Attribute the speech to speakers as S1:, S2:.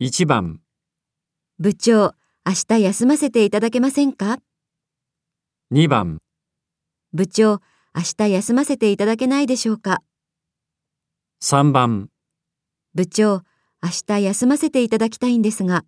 S1: 1番、
S2: 部長、明日休ませていただけませんか
S1: 2番、
S2: 部長、明日休ませていただけないでしょうか
S1: 3番。
S2: 部長、明日休ませていただきたいんですが。